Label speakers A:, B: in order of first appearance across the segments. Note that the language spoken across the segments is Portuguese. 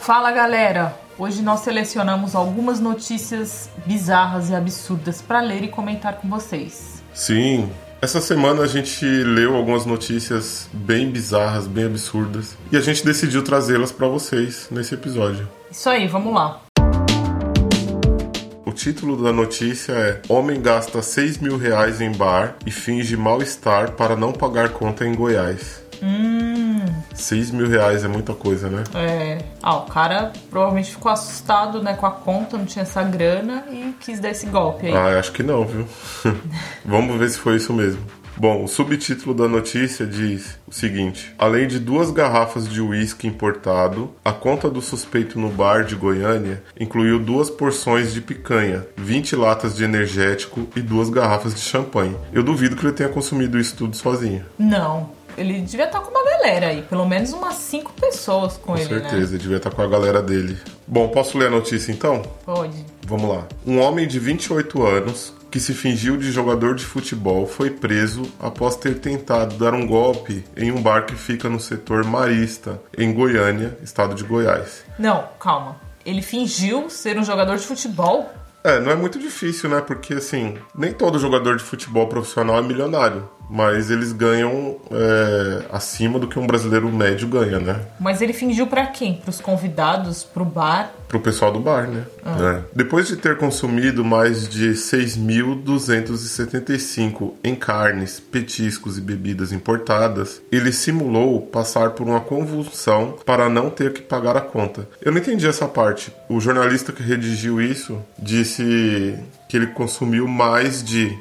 A: Fala galera! Hoje nós selecionamos algumas notícias bizarras e absurdas para ler e comentar com vocês.
B: Sim. Essa semana a gente leu algumas notícias bem bizarras, bem absurdas, e a gente decidiu trazê-las para vocês nesse episódio.
A: Isso aí, vamos lá!
B: O título da notícia é Homem gasta 6 mil reais em bar e finge mal-estar para não pagar conta em Goiás.
A: Hum,
B: 6 mil reais é muita coisa, né?
A: é. Ah, o cara provavelmente ficou assustado né, com a conta, não tinha essa grana e quis dar esse golpe aí.
B: Ah, eu acho que não, viu? Vamos ver se foi isso mesmo. Bom, o subtítulo da notícia diz o seguinte: Além de duas garrafas de uísque importado, a conta do suspeito no bar de Goiânia incluiu duas porções de picanha, 20 latas de energético e duas garrafas de champanhe. Eu duvido que ele tenha consumido isso tudo sozinho.
A: Não, ele devia estar com uma galera aí, pelo menos umas cinco pessoas com,
B: Com
A: ele, né?
B: certeza, devia estar com a galera dele. Bom, posso ler a notícia então?
A: Pode.
B: Vamos lá. Um homem de 28 anos que se fingiu de jogador de futebol foi preso após ter tentado dar um golpe em um bar que fica no setor Marista, em Goiânia, estado de Goiás.
A: Não, calma. Ele fingiu ser um jogador de futebol?
B: É, não é muito difícil, né? Porque assim, nem todo jogador de futebol profissional é milionário, mas eles ganham é, acima do que um brasileiro médio ganha, né?
A: Mas ele fingiu pra quem? Pros convidados, pro bar?
B: pro pessoal do bar, né? É. Depois de ter consumido mais de 6.275 em carnes, petiscos e bebidas importadas, ele simulou passar por uma convulsão para não ter que pagar a conta. Eu não entendi essa parte. O jornalista que redigiu isso disse que ele consumiu mais de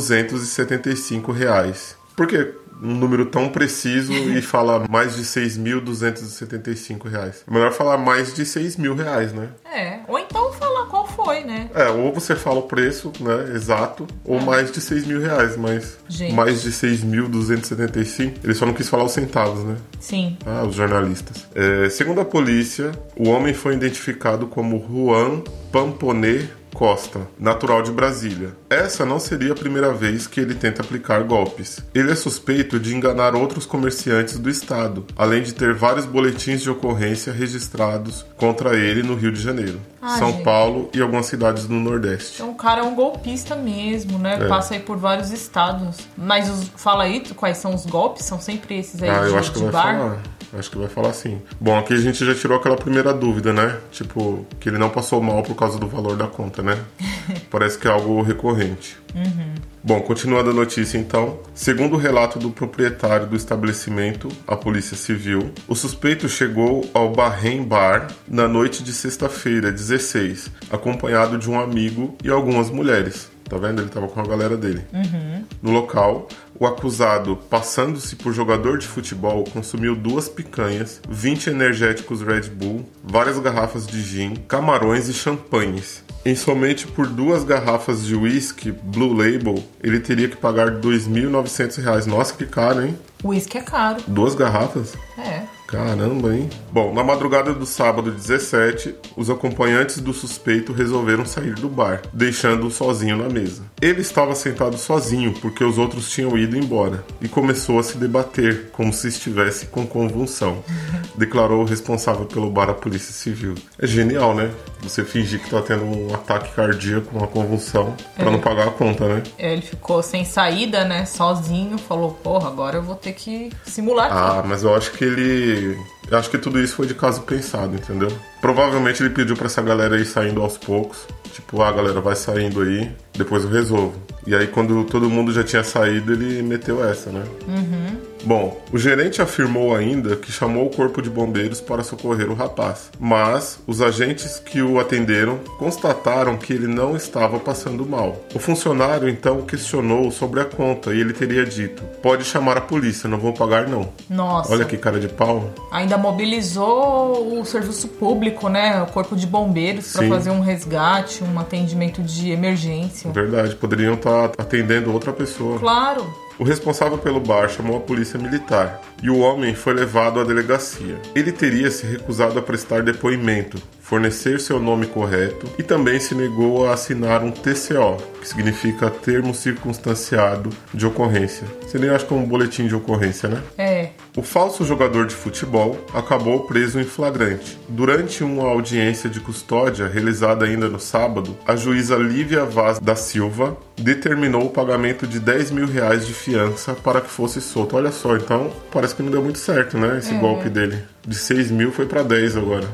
B: 6.275 reais. Por quê? um número tão preciso e falar mais de 6.275 reais. Melhor falar mais de 6 mil reais, né?
A: É, ou então falar qual foi, né?
B: É, ou você fala o preço, né, exato, ou mais de 6 mil reais, mas
A: Gente.
B: mais de 6.275, ele só não quis falar os centavos, né?
A: Sim.
B: Ah, os jornalistas. É, segundo a polícia, o homem foi identificado como Juan Pamponê Costa, natural de Brasília. Essa não seria a primeira vez que ele tenta aplicar golpes. Ele é suspeito de enganar outros comerciantes do estado, além de ter vários boletins de ocorrência registrados contra ele no Rio de Janeiro,
A: Ah,
B: São
A: gente.
B: Paulo e algumas cidades do Nordeste.
A: Então o cara é um golpista mesmo,
B: É.
A: né? Passa aí por vários estados. Mas os- fala aí tu- quais são os golpes, são sempre esses aí
B: Ah,
A: de,
B: eu acho que
A: de
B: vai
A: bar.
B: falar. Acho que vai falar sim. Bom, aqui a gente já tirou aquela primeira dúvida, né? Tipo, que ele não passou mal por causa do valor da conta, né? Parece que é algo recorrente.
A: Uhum.
B: Bom, continuando a notícia então, segundo o relato do proprietário do estabelecimento, a Polícia Civil, o suspeito chegou ao Bahrein Bar na noite de sexta-feira, 16, acompanhado de um amigo e algumas mulheres. Tá vendo? Ele tava com a galera dele. No local, o acusado, passando-se por jogador de futebol, consumiu duas picanhas, 20 energéticos Red Bull, várias garrafas de gin, camarões e champanhes. Em somente por duas garrafas de uísque Blue Label, ele teria que pagar R$ 2.900. reais. Nossa, que caro, hein?
A: O uísque é caro.
B: Duas garrafas?
A: É.
B: Caramba, hein? Bom, na madrugada do sábado 17, os acompanhantes do suspeito resolveram sair do bar, deixando-o sozinho na mesa. Ele estava sentado sozinho porque os outros tinham ido embora e começou a se debater como se estivesse com convulsão. Declarou o responsável pelo bar à Polícia Civil. É genial, né? Você fingir que tá tendo um ataque cardíaco, uma convulsão, pra não pagar a conta, né?
A: É, Ele ficou sem saída, né? Sozinho. Falou, porra, agora eu vou ter que simular.
B: Ah, mas eu acho que ele Eu acho que tudo isso foi de caso pensado, entendeu? Provavelmente ele pediu pra essa galera ir saindo aos poucos. Tipo, ah, galera, vai saindo aí, depois eu resolvo. E aí, quando todo mundo já tinha saído, ele meteu essa, né? Bom, o gerente afirmou ainda que chamou o corpo de bombeiros para socorrer o rapaz, mas os agentes que o atenderam constataram que ele não estava passando mal. O funcionário então questionou sobre a conta e ele teria dito: "Pode chamar a polícia, não vou pagar não".
A: Nossa.
B: Olha que cara de pau.
A: Ainda mobilizou o serviço público, né? O corpo de bombeiros para
B: Sim.
A: fazer um resgate, um atendimento de emergência.
B: Verdade, poderiam estar atendendo outra pessoa.
A: Claro.
B: O responsável pelo bar chamou a polícia militar e o homem foi levado à delegacia. Ele teria se recusado a prestar depoimento, fornecer seu nome correto e também se negou a assinar um TCO, que significa termo circunstanciado de ocorrência. Seria acho que um boletim de ocorrência, né?
A: É.
B: O falso jogador de futebol acabou preso em flagrante. Durante uma audiência de custódia realizada ainda no sábado, a juíza Lívia Vaz da Silva determinou o pagamento de 10 mil reais de fiança para que fosse solto. Olha só, então parece que não deu muito certo, né? Esse golpe dele. De 6 mil foi para 10 agora.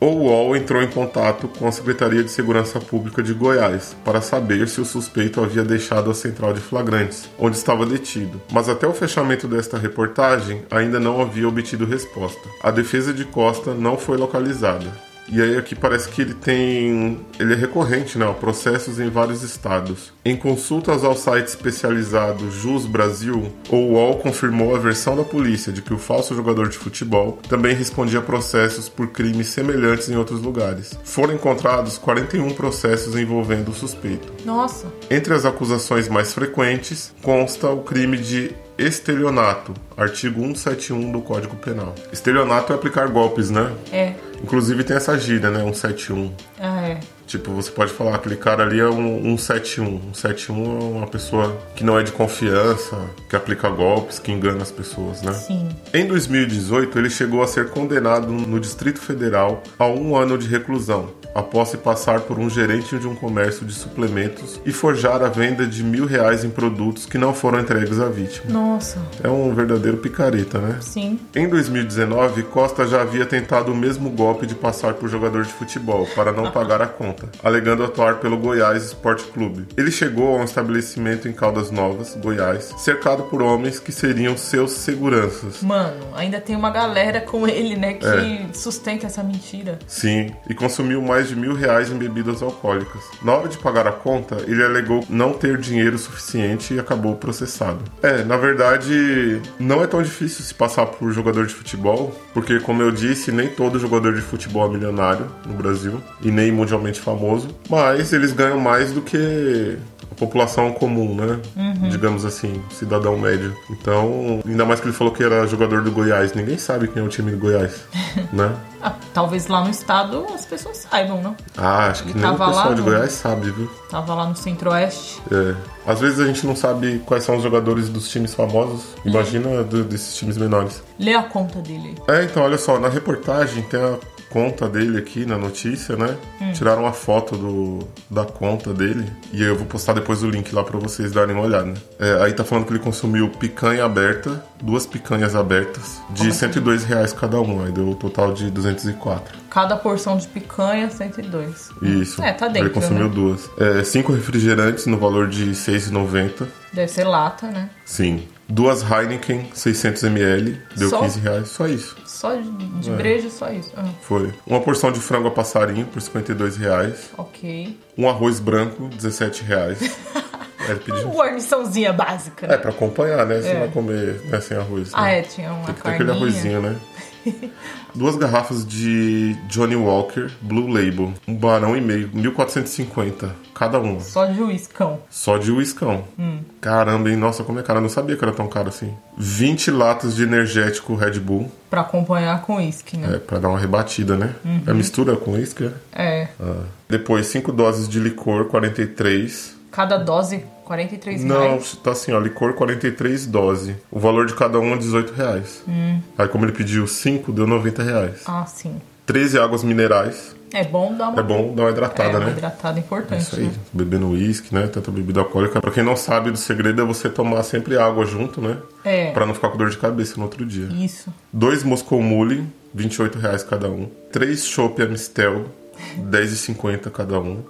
B: O UOL entrou em contato com a Secretaria de Segurança Pública de Goiás para saber se o suspeito havia deixado a central de flagrantes, onde estava detido, mas até o fechamento desta reportagem ainda não havia obtido resposta. A defesa de Costa não foi localizada. E aí aqui parece que ele tem. ele é recorrente, né? ó, Processos em vários estados. Em consultas ao site especializado Jus Brasil, o UOL confirmou a versão da polícia de que o falso jogador de futebol também respondia a processos por crimes semelhantes em outros lugares. Foram encontrados 41 processos envolvendo o suspeito.
A: Nossa.
B: Entre as acusações mais frequentes consta o crime de estelionato, artigo 171 do Código Penal. Estelionato é aplicar golpes, né?
A: É.
B: Inclusive tem essa gíria, né? 171.
A: É.
B: Tipo, você pode falar, aquele cara ali é um 171. 171 é uma pessoa que não é de confiança, que aplica golpes, que engana as pessoas, né?
A: Sim.
B: Em 2018, ele chegou a ser condenado no Distrito Federal a um ano de reclusão, após se passar por um gerente de um comércio de suplementos e forjar a venda de mil reais em produtos que não foram entregues à vítima.
A: Nossa.
B: É um verdadeiro picareta, né?
A: Sim.
B: Em 2019, Costa já havia tentado o mesmo golpe de passar por jogador de futebol para não pagar a conta, alegando atuar pelo Goiás Esporte Clube. Ele chegou a um estabelecimento em Caldas Novas, Goiás, cercado por homens que seriam seus seguranças.
A: Mano, ainda tem uma galera com ele, né? Que
B: É.
A: sustenta essa mentira.
B: Sim, e consumiu mais de mil reais em bebidas alcoólicas. Na hora de pagar a conta, ele alegou não ter dinheiro suficiente e acabou processado. É, na verdade, não é tão difícil se passar por jogador de futebol, porque, como eu disse, nem todo jogador de futebol é milionário no Brasil e nem mundialmente famoso, mas eles ganham mais do que. a População comum, né? Digamos assim, cidadão médio. Então, ainda mais que ele falou que era jogador do Goiás. Ninguém sabe quem é o time do Goiás, né?
A: Ah, talvez lá no estado as pessoas saibam, não?
B: Ah, acho que nem o
A: Tava lá, né?
B: pessoal de
A: não?
B: Goiás sabe, viu?
A: Tava lá no centro-oeste.
B: É. Às vezes a gente não sabe quais são os jogadores dos times famosos. Imagina do- desses times menores.
A: Lê a conta dele.
B: É, então, olha só, na reportagem tem a conta dele aqui na notícia, né?
A: Hum.
B: Tiraram a foto do, da conta dele e eu vou postar depois o link lá pra vocês darem uma olhada. É, aí tá falando que ele consumiu picanha aberta, duas picanhas abertas, de R$
A: assim?
B: 102 reais cada uma, aí deu o total de 204.
A: Cada porção de picanha, 102.
B: Isso.
A: É, tá dentro,
B: Ele consumiu
A: né?
B: duas. É, cinco refrigerantes no valor de R$ 6,90.
A: Deve ser lata, né?
B: Sim. Duas Heineken 600ml, deu
A: Só?
B: 15 reais. Só isso.
A: Só de,
B: É.
A: de breja, só isso. Ah,
B: Foi. Uma porção de frango a passarinho por 52 reais.
A: ok.
B: Um arroz branco, 17 reais. Aí Ele pediu.
A: Guarniçãozinha básica, né?
B: É, pra acompanhar, né? Você
A: É.
B: não vai comer né, sem arroz.
A: Ah,
B: né?
A: é, tinha uma
B: Tem que ter
A: carninha.
B: aquele arrozinho, né? Duas garrafas de Johnny Walker Blue Label. Um barão e meio, 1450 cada uma.
A: Só de uiscão.
B: Só de uiscão.
A: Hum.
B: Caramba, hein? Nossa, como é caro? Eu não sabia que era tão caro assim. 20 latas de energético Red Bull.
A: Pra acompanhar com uísque, né?
B: É, pra dar uma rebatida, né?
A: Uhum.
B: É mistura com uísque, né?
A: É.
B: Ah. Depois, 5 doses de licor, 43.
A: Cada dose, 43
B: Não,
A: reais.
B: tá assim, ó. Licor, 43 dose. O valor de cada um é 18 reais. Aí, como ele pediu 5, deu 90 reais.
A: Hum. Ah, sim.
B: 13 águas minerais.
A: É bom dar uma,
B: É bom dar uma hidratada,
A: é, uma
B: né?
A: hidratada importante.
B: Isso aí,
A: né?
B: bebendo uísque, né? Tanta bebida alcoólica. Pra quem não sabe, do segredo é você tomar sempre água junto, né?
A: É.
B: Pra não ficar com dor de cabeça no outro dia.
A: Isso.
B: Dois Moscou Mule, R$ 28 reais cada um. Três Chopp Amistel, R$ 10,50 cada um.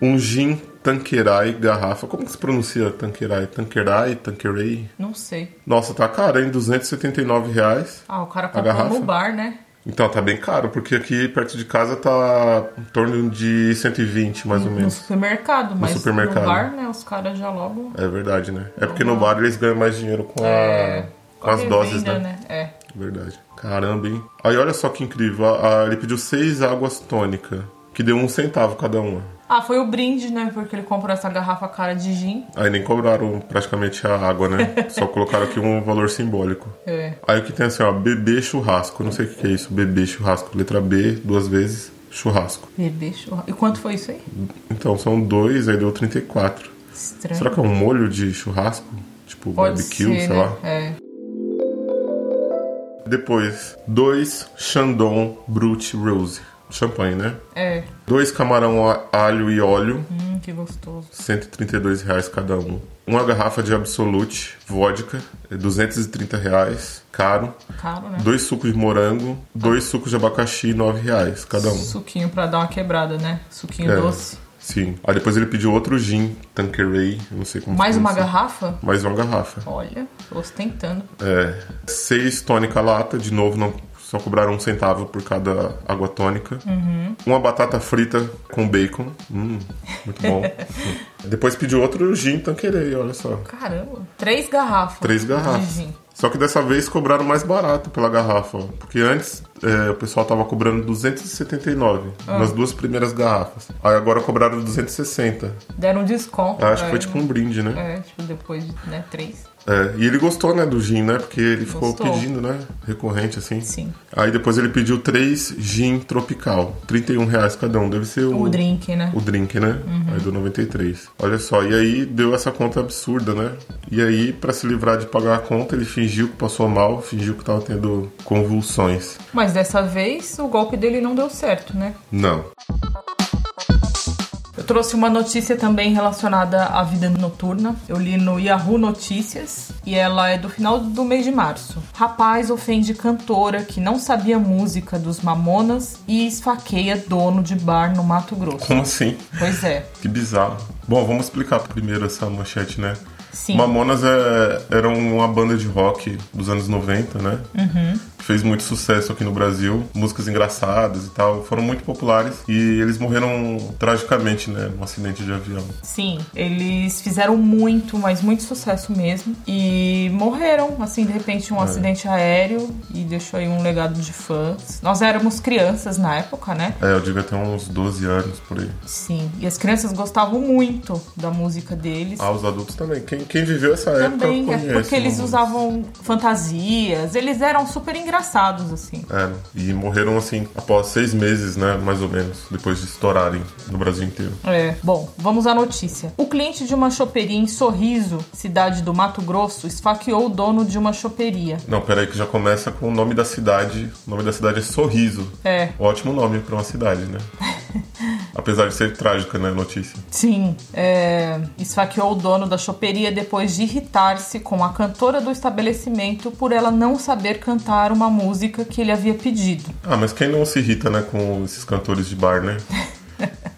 B: Um Gin Tanqueray garrafa. Como que se pronuncia Tanqueray? Tanqueray? Tanqueray?
A: Não sei.
B: Nossa, tá caro, hein? R$ 279 reais.
A: Ah, o cara
B: garrafa?
A: comprou no bar, né?
B: Então tá bem caro, porque aqui perto de casa tá em torno de 120 mais ou
A: No
B: menos.
A: supermercado, mas no,
B: supermercado.
A: bar, né? Os caras já logo.
B: É verdade, né? É porque no bar eles ganham mais dinheiro com, a-
A: É,
B: Ah, com as doses,
A: revenda,
B: né?
A: É.
B: Verdade. Caramba, hein? Aí olha só que incrível. a- a- ele pediu seis águas tônica, que deu um centavo cada uma.
A: Ah, foi o brinde, né? Porque ele comprou essa garrafa cara de gin.
B: Aí nem cobraram praticamente a água, né? Só colocaram aqui um valor simbólico.
A: É.
B: Aí o que tem assim, ó, bebê churrasco. Eu Não sei o que que é isso, bebê churrasco. Letra B, duas vezes, churrasco.
A: Bebê churrasco. E quanto foi isso aí?
B: Então são dois, aí deu 34.
A: Estranho.
B: Será que é um molho de churrasco? Tipo barbecue, sei
A: né?
B: lá.
A: É.
B: Depois, dois Chandon Brut Rose. Champanhe, né?
A: É.
B: Dois camarão a- alho e óleo,
A: Hum, que gostoso.
B: 132 reais cada um. Uma garrafa de Absolute Vodka, é 230 reais, caro.
A: Caro, né?
B: Dois sucos de morango, dois sucos de abacaxi, 9 reais cada um.
A: Suquinho pra dar uma quebrada, né? Suquinho
B: É,
A: doce.
B: Sim. Aí depois ele pediu outro gin, Tanqueray, não sei como
A: Mais
B: se
A: uma
B: pronuncia.
A: garrafa?
B: Mais uma garrafa.
A: Olha, tô ostentando.
B: É, seis tônica lata, de novo, não, só cobraram um centavo por cada água tônica. Uma batata frita com bacon. Hum, muito bom. Depois pediu outro gin tanquerei, olha só.
A: Caramba. Três garrafas.
B: Três
A: De
B: garrafas.
A: gin.
B: Só que dessa vez cobraram mais barato pela garrafa. ó. Porque antes é, o pessoal tava cobrando 279 nas duas primeiras garrafas. Aí agora cobraram 260.
A: Deram um desconto.
B: Acho que
A: né?
B: foi tipo um brinde, né?
A: É, tipo, depois de né, três.
B: É, e ele gostou, né, do gin, né? Porque ele ficou
A: Gostou.
B: pedindo, né? Recorrente, assim.
A: Sim.
B: Aí depois ele pediu três gin tropical. R$ 31 reais cada um. Deve ser o...
A: O drink, né?
B: o drink, né? Aí do 93. Olha só, e aí deu essa conta absurda, né? E aí, pra se livrar de pagar a conta, ele fingiu que passou mal, fingiu que tava tendo convulsões.
A: Mas dessa vez o golpe dele não deu certo, né?
B: Não.
A: Eu trouxe uma notícia também relacionada à vida noturna. Eu li no Yahoo Notícias e ela é do final do mês de março. Rapaz ofende cantora que não sabia música dos Mamonas e esfaqueia dono de bar no Mato Grosso.
B: Como assim?
A: Pois é.
B: Que bizarro. Bom, vamos explicar primeiro essa manchete, né?
A: Sim.
B: Mamonas é, era uma banda de rock dos anos 90, né?
A: Uhum.
B: Que Fez muito sucesso aqui no Brasil. Músicas engraçadas e tal. Foram muito populares. E eles morreram tragicamente, né? Num acidente de avião.
A: Sim, eles fizeram muito, mas muito sucesso mesmo. E morreram, assim, de repente, em um acidente aéreo e deixou aí um legado de fãs. Nós éramos crianças na época, né?
B: É, eu devia ter uns 12 anos por aí.
A: Sim. E as crianças gostavam muito da música deles.
B: Ah, os adultos também. Quem, quem viveu essa
A: Também,
B: época
A: é
B: conhece.
A: porque eles
B: não-
A: usavam fantasias, eles eram super engraçados, assim.
B: É, e morreram assim após seis meses, né? Mais ou menos, depois de estourarem no Brasil inteiro.
A: É. Bom, vamos à notícia. O cliente de uma choperia em Sorriso, cidade do Mato Grosso, esfaqueou o dono de uma choperia.
B: Não, peraí, que já começa com o nome da cidade. O nome da cidade é Sorriso.
A: É.
B: Ótimo nome pra uma cidade, né? Apesar de ser trágica, né, a notícia.
A: Sim, é, esfaqueou o dono da choperia depois de irritar-se com a cantora do estabelecimento por ela não saber cantar uma música que ele havia pedido.
B: Ah, mas quem não se irrita, né, com esses cantores de bar, né?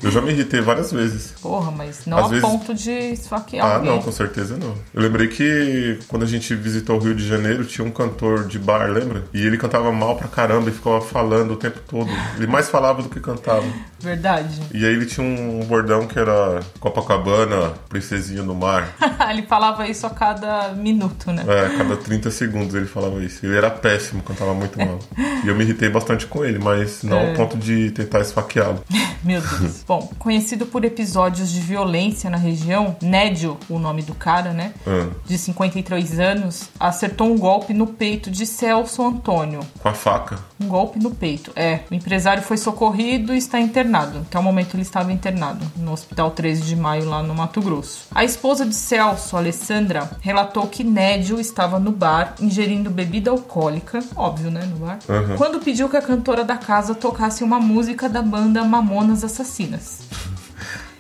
B: Eu já me irritei várias vezes.
A: Porra, mas não
B: Às
A: a
B: vezes-
A: ponto de esfaquear
B: Ah,
A: alguém.
B: não, com certeza não. Eu lembrei que quando a gente visitou o Rio de Janeiro, tinha um cantor de bar, lembra? E ele cantava mal pra caramba e ficava falando o tempo todo. Ele mais falava do que cantava.
A: Verdade.
B: E aí ele tinha um bordão que era Copacabana, princesinha do mar.
A: ele falava isso a cada minuto, né?
B: É, a cada 30 segundos ele falava isso. Ele era péssimo, cantava muito mal. E eu me irritei bastante com ele, mas não ao ponto de tentar esfaqueá-lo.
A: Meu Deus. Bom, conhecido por episódios de violência na região, Nédio, o nome do cara, né?
B: Ah,
A: De 53 anos, acertou um golpe no peito de Celso Antônio.
B: com a faca.
A: Um golpe no peito. É, o empresário foi socorrido e está internado. Até o momento ele estava internado no Hospital 13 de Maio, lá no Mato Grosso. A esposa de Celso, Alessandra, relatou que Nédio estava no bar ingerindo bebida alcoólica, óbvio, né, no bar,
B: Uhum.
A: quando pediu que a cantora da casa tocasse uma música da banda Mamonas Assassinas.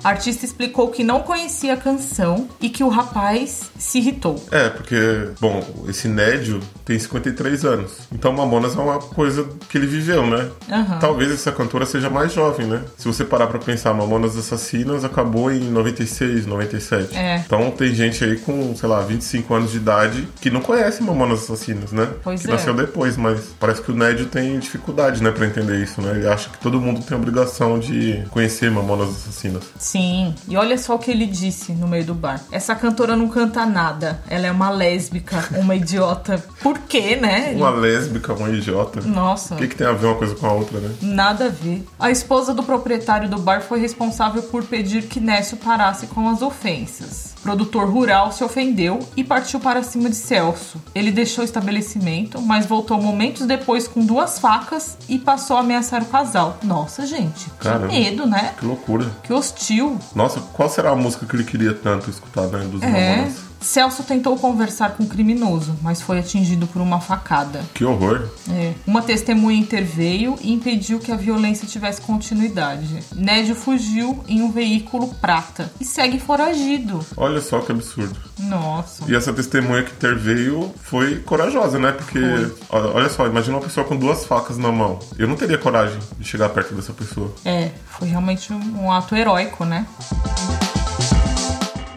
A: A artista explicou que não conhecia a canção e que o rapaz se irritou.
B: É, porque, bom, esse Nédio tem 53 anos. Então Mamonas é uma coisa que ele viveu, né?
A: Aham.
B: Talvez essa cantora seja mais jovem, né? Se você parar pra pensar, Mamonas Assassinas acabou em 96, 97.
A: É.
B: Então tem gente aí com, sei lá, 25 anos de idade que não conhece Mamonas Assassinas, né?
A: Pois
B: que
A: é.
B: nasceu depois, mas parece que o Nédio tem dificuldade, né, pra entender isso, né? Ele acha que todo mundo tem a obrigação de conhecer Mamonas Assassinas.
A: Sim, e olha só o que ele disse no meio do bar. Essa cantora não canta nada. Ela é uma lésbica, uma idiota. Por quê, né?
B: Uma lésbica, uma idiota.
A: Nossa.
B: O que, que tem a ver uma coisa com a outra, né?
A: Nada a ver. A esposa do proprietário do bar foi responsável por pedir que Nécio parasse com as ofensas. O produtor rural se ofendeu e partiu para cima de Celso. Ele deixou o estabelecimento, mas voltou momentos depois com duas facas e passou a ameaçar o casal. Nossa, gente, que
B: Caramba.
A: medo, né?
B: Que loucura.
A: Que hostil.
B: Nossa, qual será a música que ele queria tanto escutar, né? Dos
A: É.
B: Mamonas.
A: Celso tentou conversar com o criminoso, mas foi atingido por uma facada.
B: Que horror.
A: É. Uma testemunha interveio e impediu que a violência tivesse continuidade. Nédio fugiu em um veículo prata e segue foragido.
B: Olha só que absurdo.
A: Nossa.
B: E essa testemunha que interveio foi corajosa, né? Porque, ó, olha só, imagina uma pessoa com duas facas na mão. Eu não teria coragem de chegar perto dessa pessoa.
A: É, foi realmente um um ato heróico, né?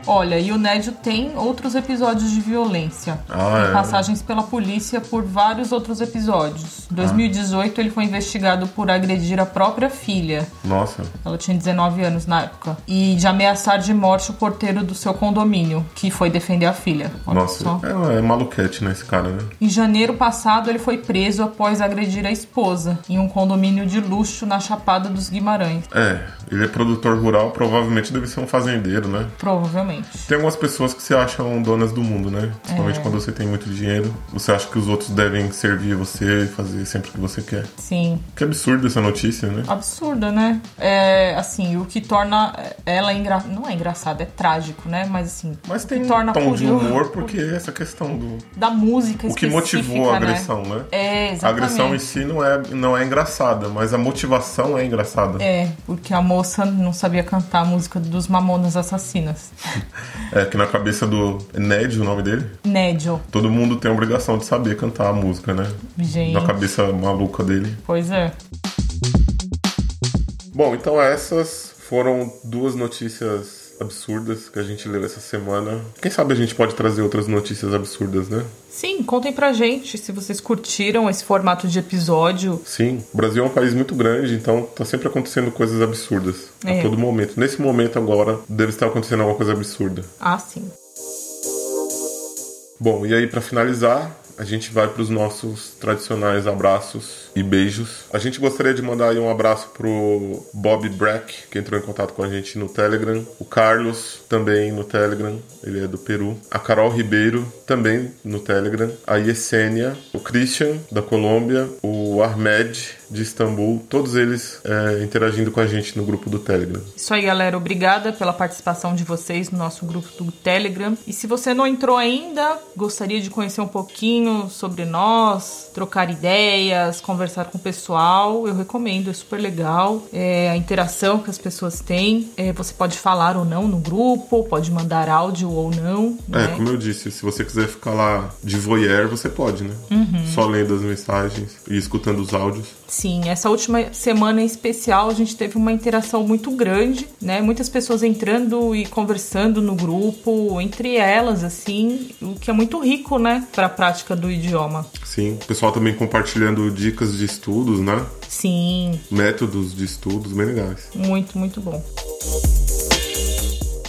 A: Olha, e o Nédio tem outros episódios de violência.
B: Ah,
A: Tem
B: é?
A: passagens pela polícia por vários outros episódios.
B: Ah.
A: Em 2018, ele foi investigado por agredir a própria filha.
B: Nossa,
A: Ela tinha 19 anos na época. E de ameaçar de morte o porteiro do seu condomínio, que foi defender a filha. Olha
B: nossa.
A: só.
B: É, é maluquete, né, esse cara, né?
A: Em janeiro passado, ele foi preso após agredir a esposa em um condomínio de luxo na Chapada dos Guimarães.
B: É, ele é produtor rural, provavelmente deve ser um fazendeiro, né?
A: Provavelmente.
B: Tem algumas pessoas que se acham donas do mundo, né?
A: É.
B: Principalmente quando você tem muito dinheiro. Você acha que os outros devem servir você e fazer sempre o que você quer.
A: Sim.
B: Que absurdo essa notícia, né?
A: Absurda, né? É, assim, o que torna ela engra... não é engraçada, é trágico, né? Mas assim,
B: Mas tem
A: que
B: um
A: torna
B: tom de
A: curioso-
B: humor porque essa questão do
A: da música
B: o que motivou a
A: específica, né?
B: agressão, né?
A: É,
B: A
A: exatamente.
B: agressão em si não é, não é engraçada, mas a motivação é engraçada.
A: É, porque a moça não sabia cantar a música dos Mamonas Assassinas.
B: É que na cabeça do Ned, o nome dele,
A: Nédio,
B: todo mundo tem a obrigação de saber cantar a música, né?
A: gente.
B: Na cabeça maluca dele.
A: Pois é.
B: Bom, então essas foram duas notícias absurdas que a gente leu essa semana. Quem sabe a gente pode trazer outras notícias absurdas, né?
A: Sim, contem pra gente se vocês curtiram esse formato de episódio.
B: Sim, o Brasil é um país muito grande, então tá sempre acontecendo coisas absurdas
A: É.
B: a todo momento. Nesse momento agora, deve estar acontecendo alguma coisa absurda.
A: Ah, sim.
B: Bom, e aí pra finalizar, a gente vai pros nossos tradicionais abraços e beijos. A gente gostaria de mandar aí um abraço pro Bob Brack, que entrou em contato com a gente no Telegram, o Carlos também no Telegram, ele é do Peru, a Carol Ribeiro também no Telegram, a Yesenia, o Christian da Colômbia, o Ahmed de Istambul, todos eles é, interagindo com a gente no grupo do Telegram.
A: Isso aí, galera. Obrigada pela participação de vocês no nosso grupo do Telegram. E se você não entrou ainda, gostaria de conhecer um pouquinho sobre nós, trocar ideias, conversar com o pessoal, eu recomendo. É super legal. É, a interação que as pessoas têm. É, você pode falar ou não no grupo, pode mandar áudio ou não.
B: É,
A: né?
B: como eu disse, se você quiser ficar lá de voyeur, você pode, né? Só lendo as mensagens e escutando os áudios.
A: Sim, essa última semana em especial a gente teve uma interação muito grande, né? Muitas pessoas entrando e conversando no grupo, entre elas, assim, o que é muito rico, né, para a prática do idioma.
B: Sim. O pessoal também compartilhando dicas de estudos, né?
A: Sim,
B: Métodos de estudos bem legais.
A: muito, muito bom.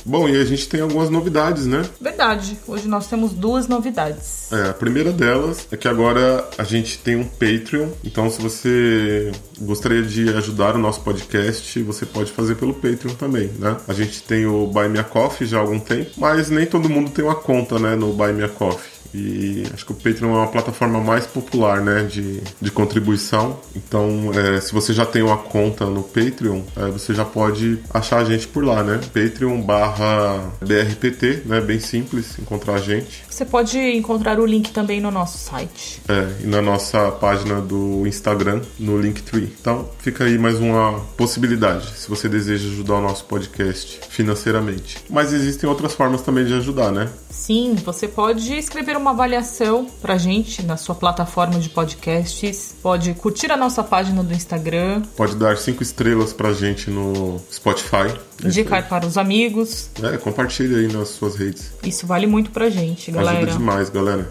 B: Bom, e a gente tem algumas novidades, né?
A: Verdade. Hoje nós temos duas novidades.
B: É, a primeira delas é que agora a gente tem um Patreon. Então, se você gostaria de ajudar o nosso podcast, você pode fazer pelo Patreon também, né? A gente tem o Buy Me a Coffee já há algum tempo, mas nem todo mundo tem uma conta, né, no Buy Me a Coffee. E acho que o Patreon é uma plataforma mais popular, né, de, de contribuição. Então, é, se você já tem uma conta no Patreon, é, você já pode achar a gente por lá, né? Patreon barra BRPT, né? Bem simples encontrar a gente.
A: Você pode encontrar o link também no nosso site.
B: É, e na nossa página do Instagram, no Linktree. Então, fica aí mais uma possibilidade, se você deseja ajudar o nosso podcast financeiramente. Mas existem outras formas também de ajudar, né?
A: Sim, você pode escrever uma avaliação pra gente na sua plataforma de podcasts, pode curtir a nossa página do Instagram,
B: Pode dar cinco estrelas pra gente no Spotify. É isso
A: indicar para os amigos.
B: aí. É, compartilha aí nas suas redes.
A: Isso vale muito pra gente, galera.
B: Ajuda demais, galera.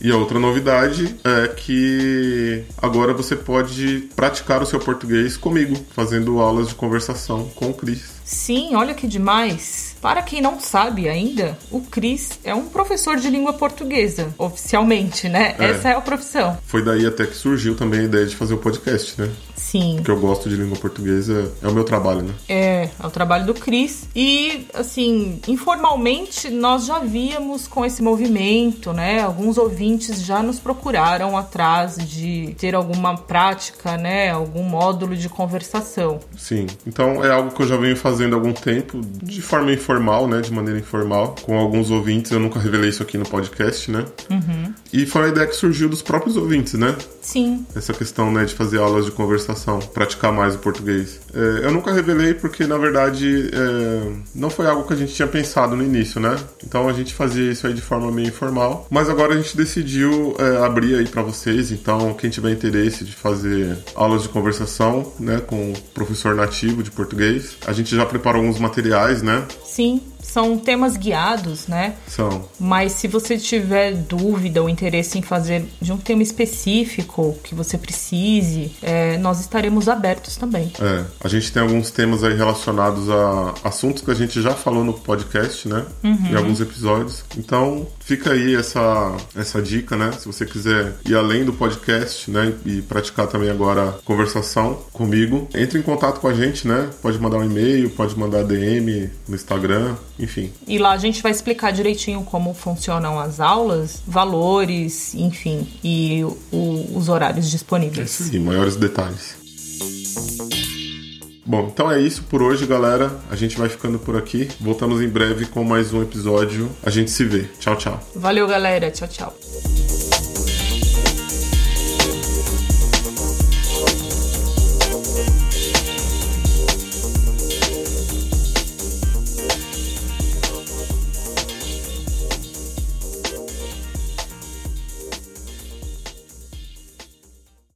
B: E a outra novidade é que agora você pode praticar o seu português comigo, fazendo aulas de conversação com o Cris.
A: Sim, olha que demais! Para quem não sabe ainda, o Cris é um professor de língua portuguesa, oficialmente, né?
B: É.
A: Essa é a profissão.
B: Foi daí até que surgiu também a ideia de fazer o podcast, né?
A: Sim.
B: Porque eu gosto de língua portuguesa, é o meu trabalho, né?
A: É, é o trabalho do Cris. E, assim, informalmente nós já víamos com esse movimento, né? Alguns ouvintes já nos procuraram atrás de ter alguma prática, né? Algum módulo de conversação.
B: Sim. Então é algo que eu já venho fazendo há algum tempo, de forma informal, né? De maneira informal, com alguns ouvintes. Eu nunca revelei isso aqui no podcast, né? E foi uma ideia que surgiu dos próprios ouvintes, né?
A: Sim.
B: Essa questão, né, de fazer aulas de conversação, praticar mais o português. É, eu nunca revelei porque, na verdade, é, não foi algo que a gente tinha pensado no início, né? Então a gente fazia isso aí de forma meio informal. Mas agora a gente decidiu é, abrir aí pra vocês. Então, quem tiver interesse de fazer aulas de conversação, né, com o professor nativo de português, a gente já preparou alguns materiais, né?
A: Sim. São temas guiados, né?
B: São.
A: Mas se você tiver dúvida ou interesse em fazer de um tema específico que você precise, é, nós estaremos abertos também.
B: É, a gente tem alguns temas aí relacionados a assuntos que a gente já falou no podcast, né? Em alguns episódios. Então, fica aí essa, essa dica, né? Se você quiser ir além do podcast, né? E praticar também agora conversação comigo, entre em contato com a gente, né? Pode mandar um e-mail, pode mandar DM no Instagram, enfim.
A: E lá a gente vai explicar direitinho como funcionam as aulas, valores, enfim, e o- os horários disponíveis.
B: E maiores detalhes. Bom, então é isso por hoje, galera. A gente vai ficando por aqui. Voltamos em breve com mais um episódio. A gente se vê. Tchau, tchau.
A: Valeu, galera. Tchau, tchau.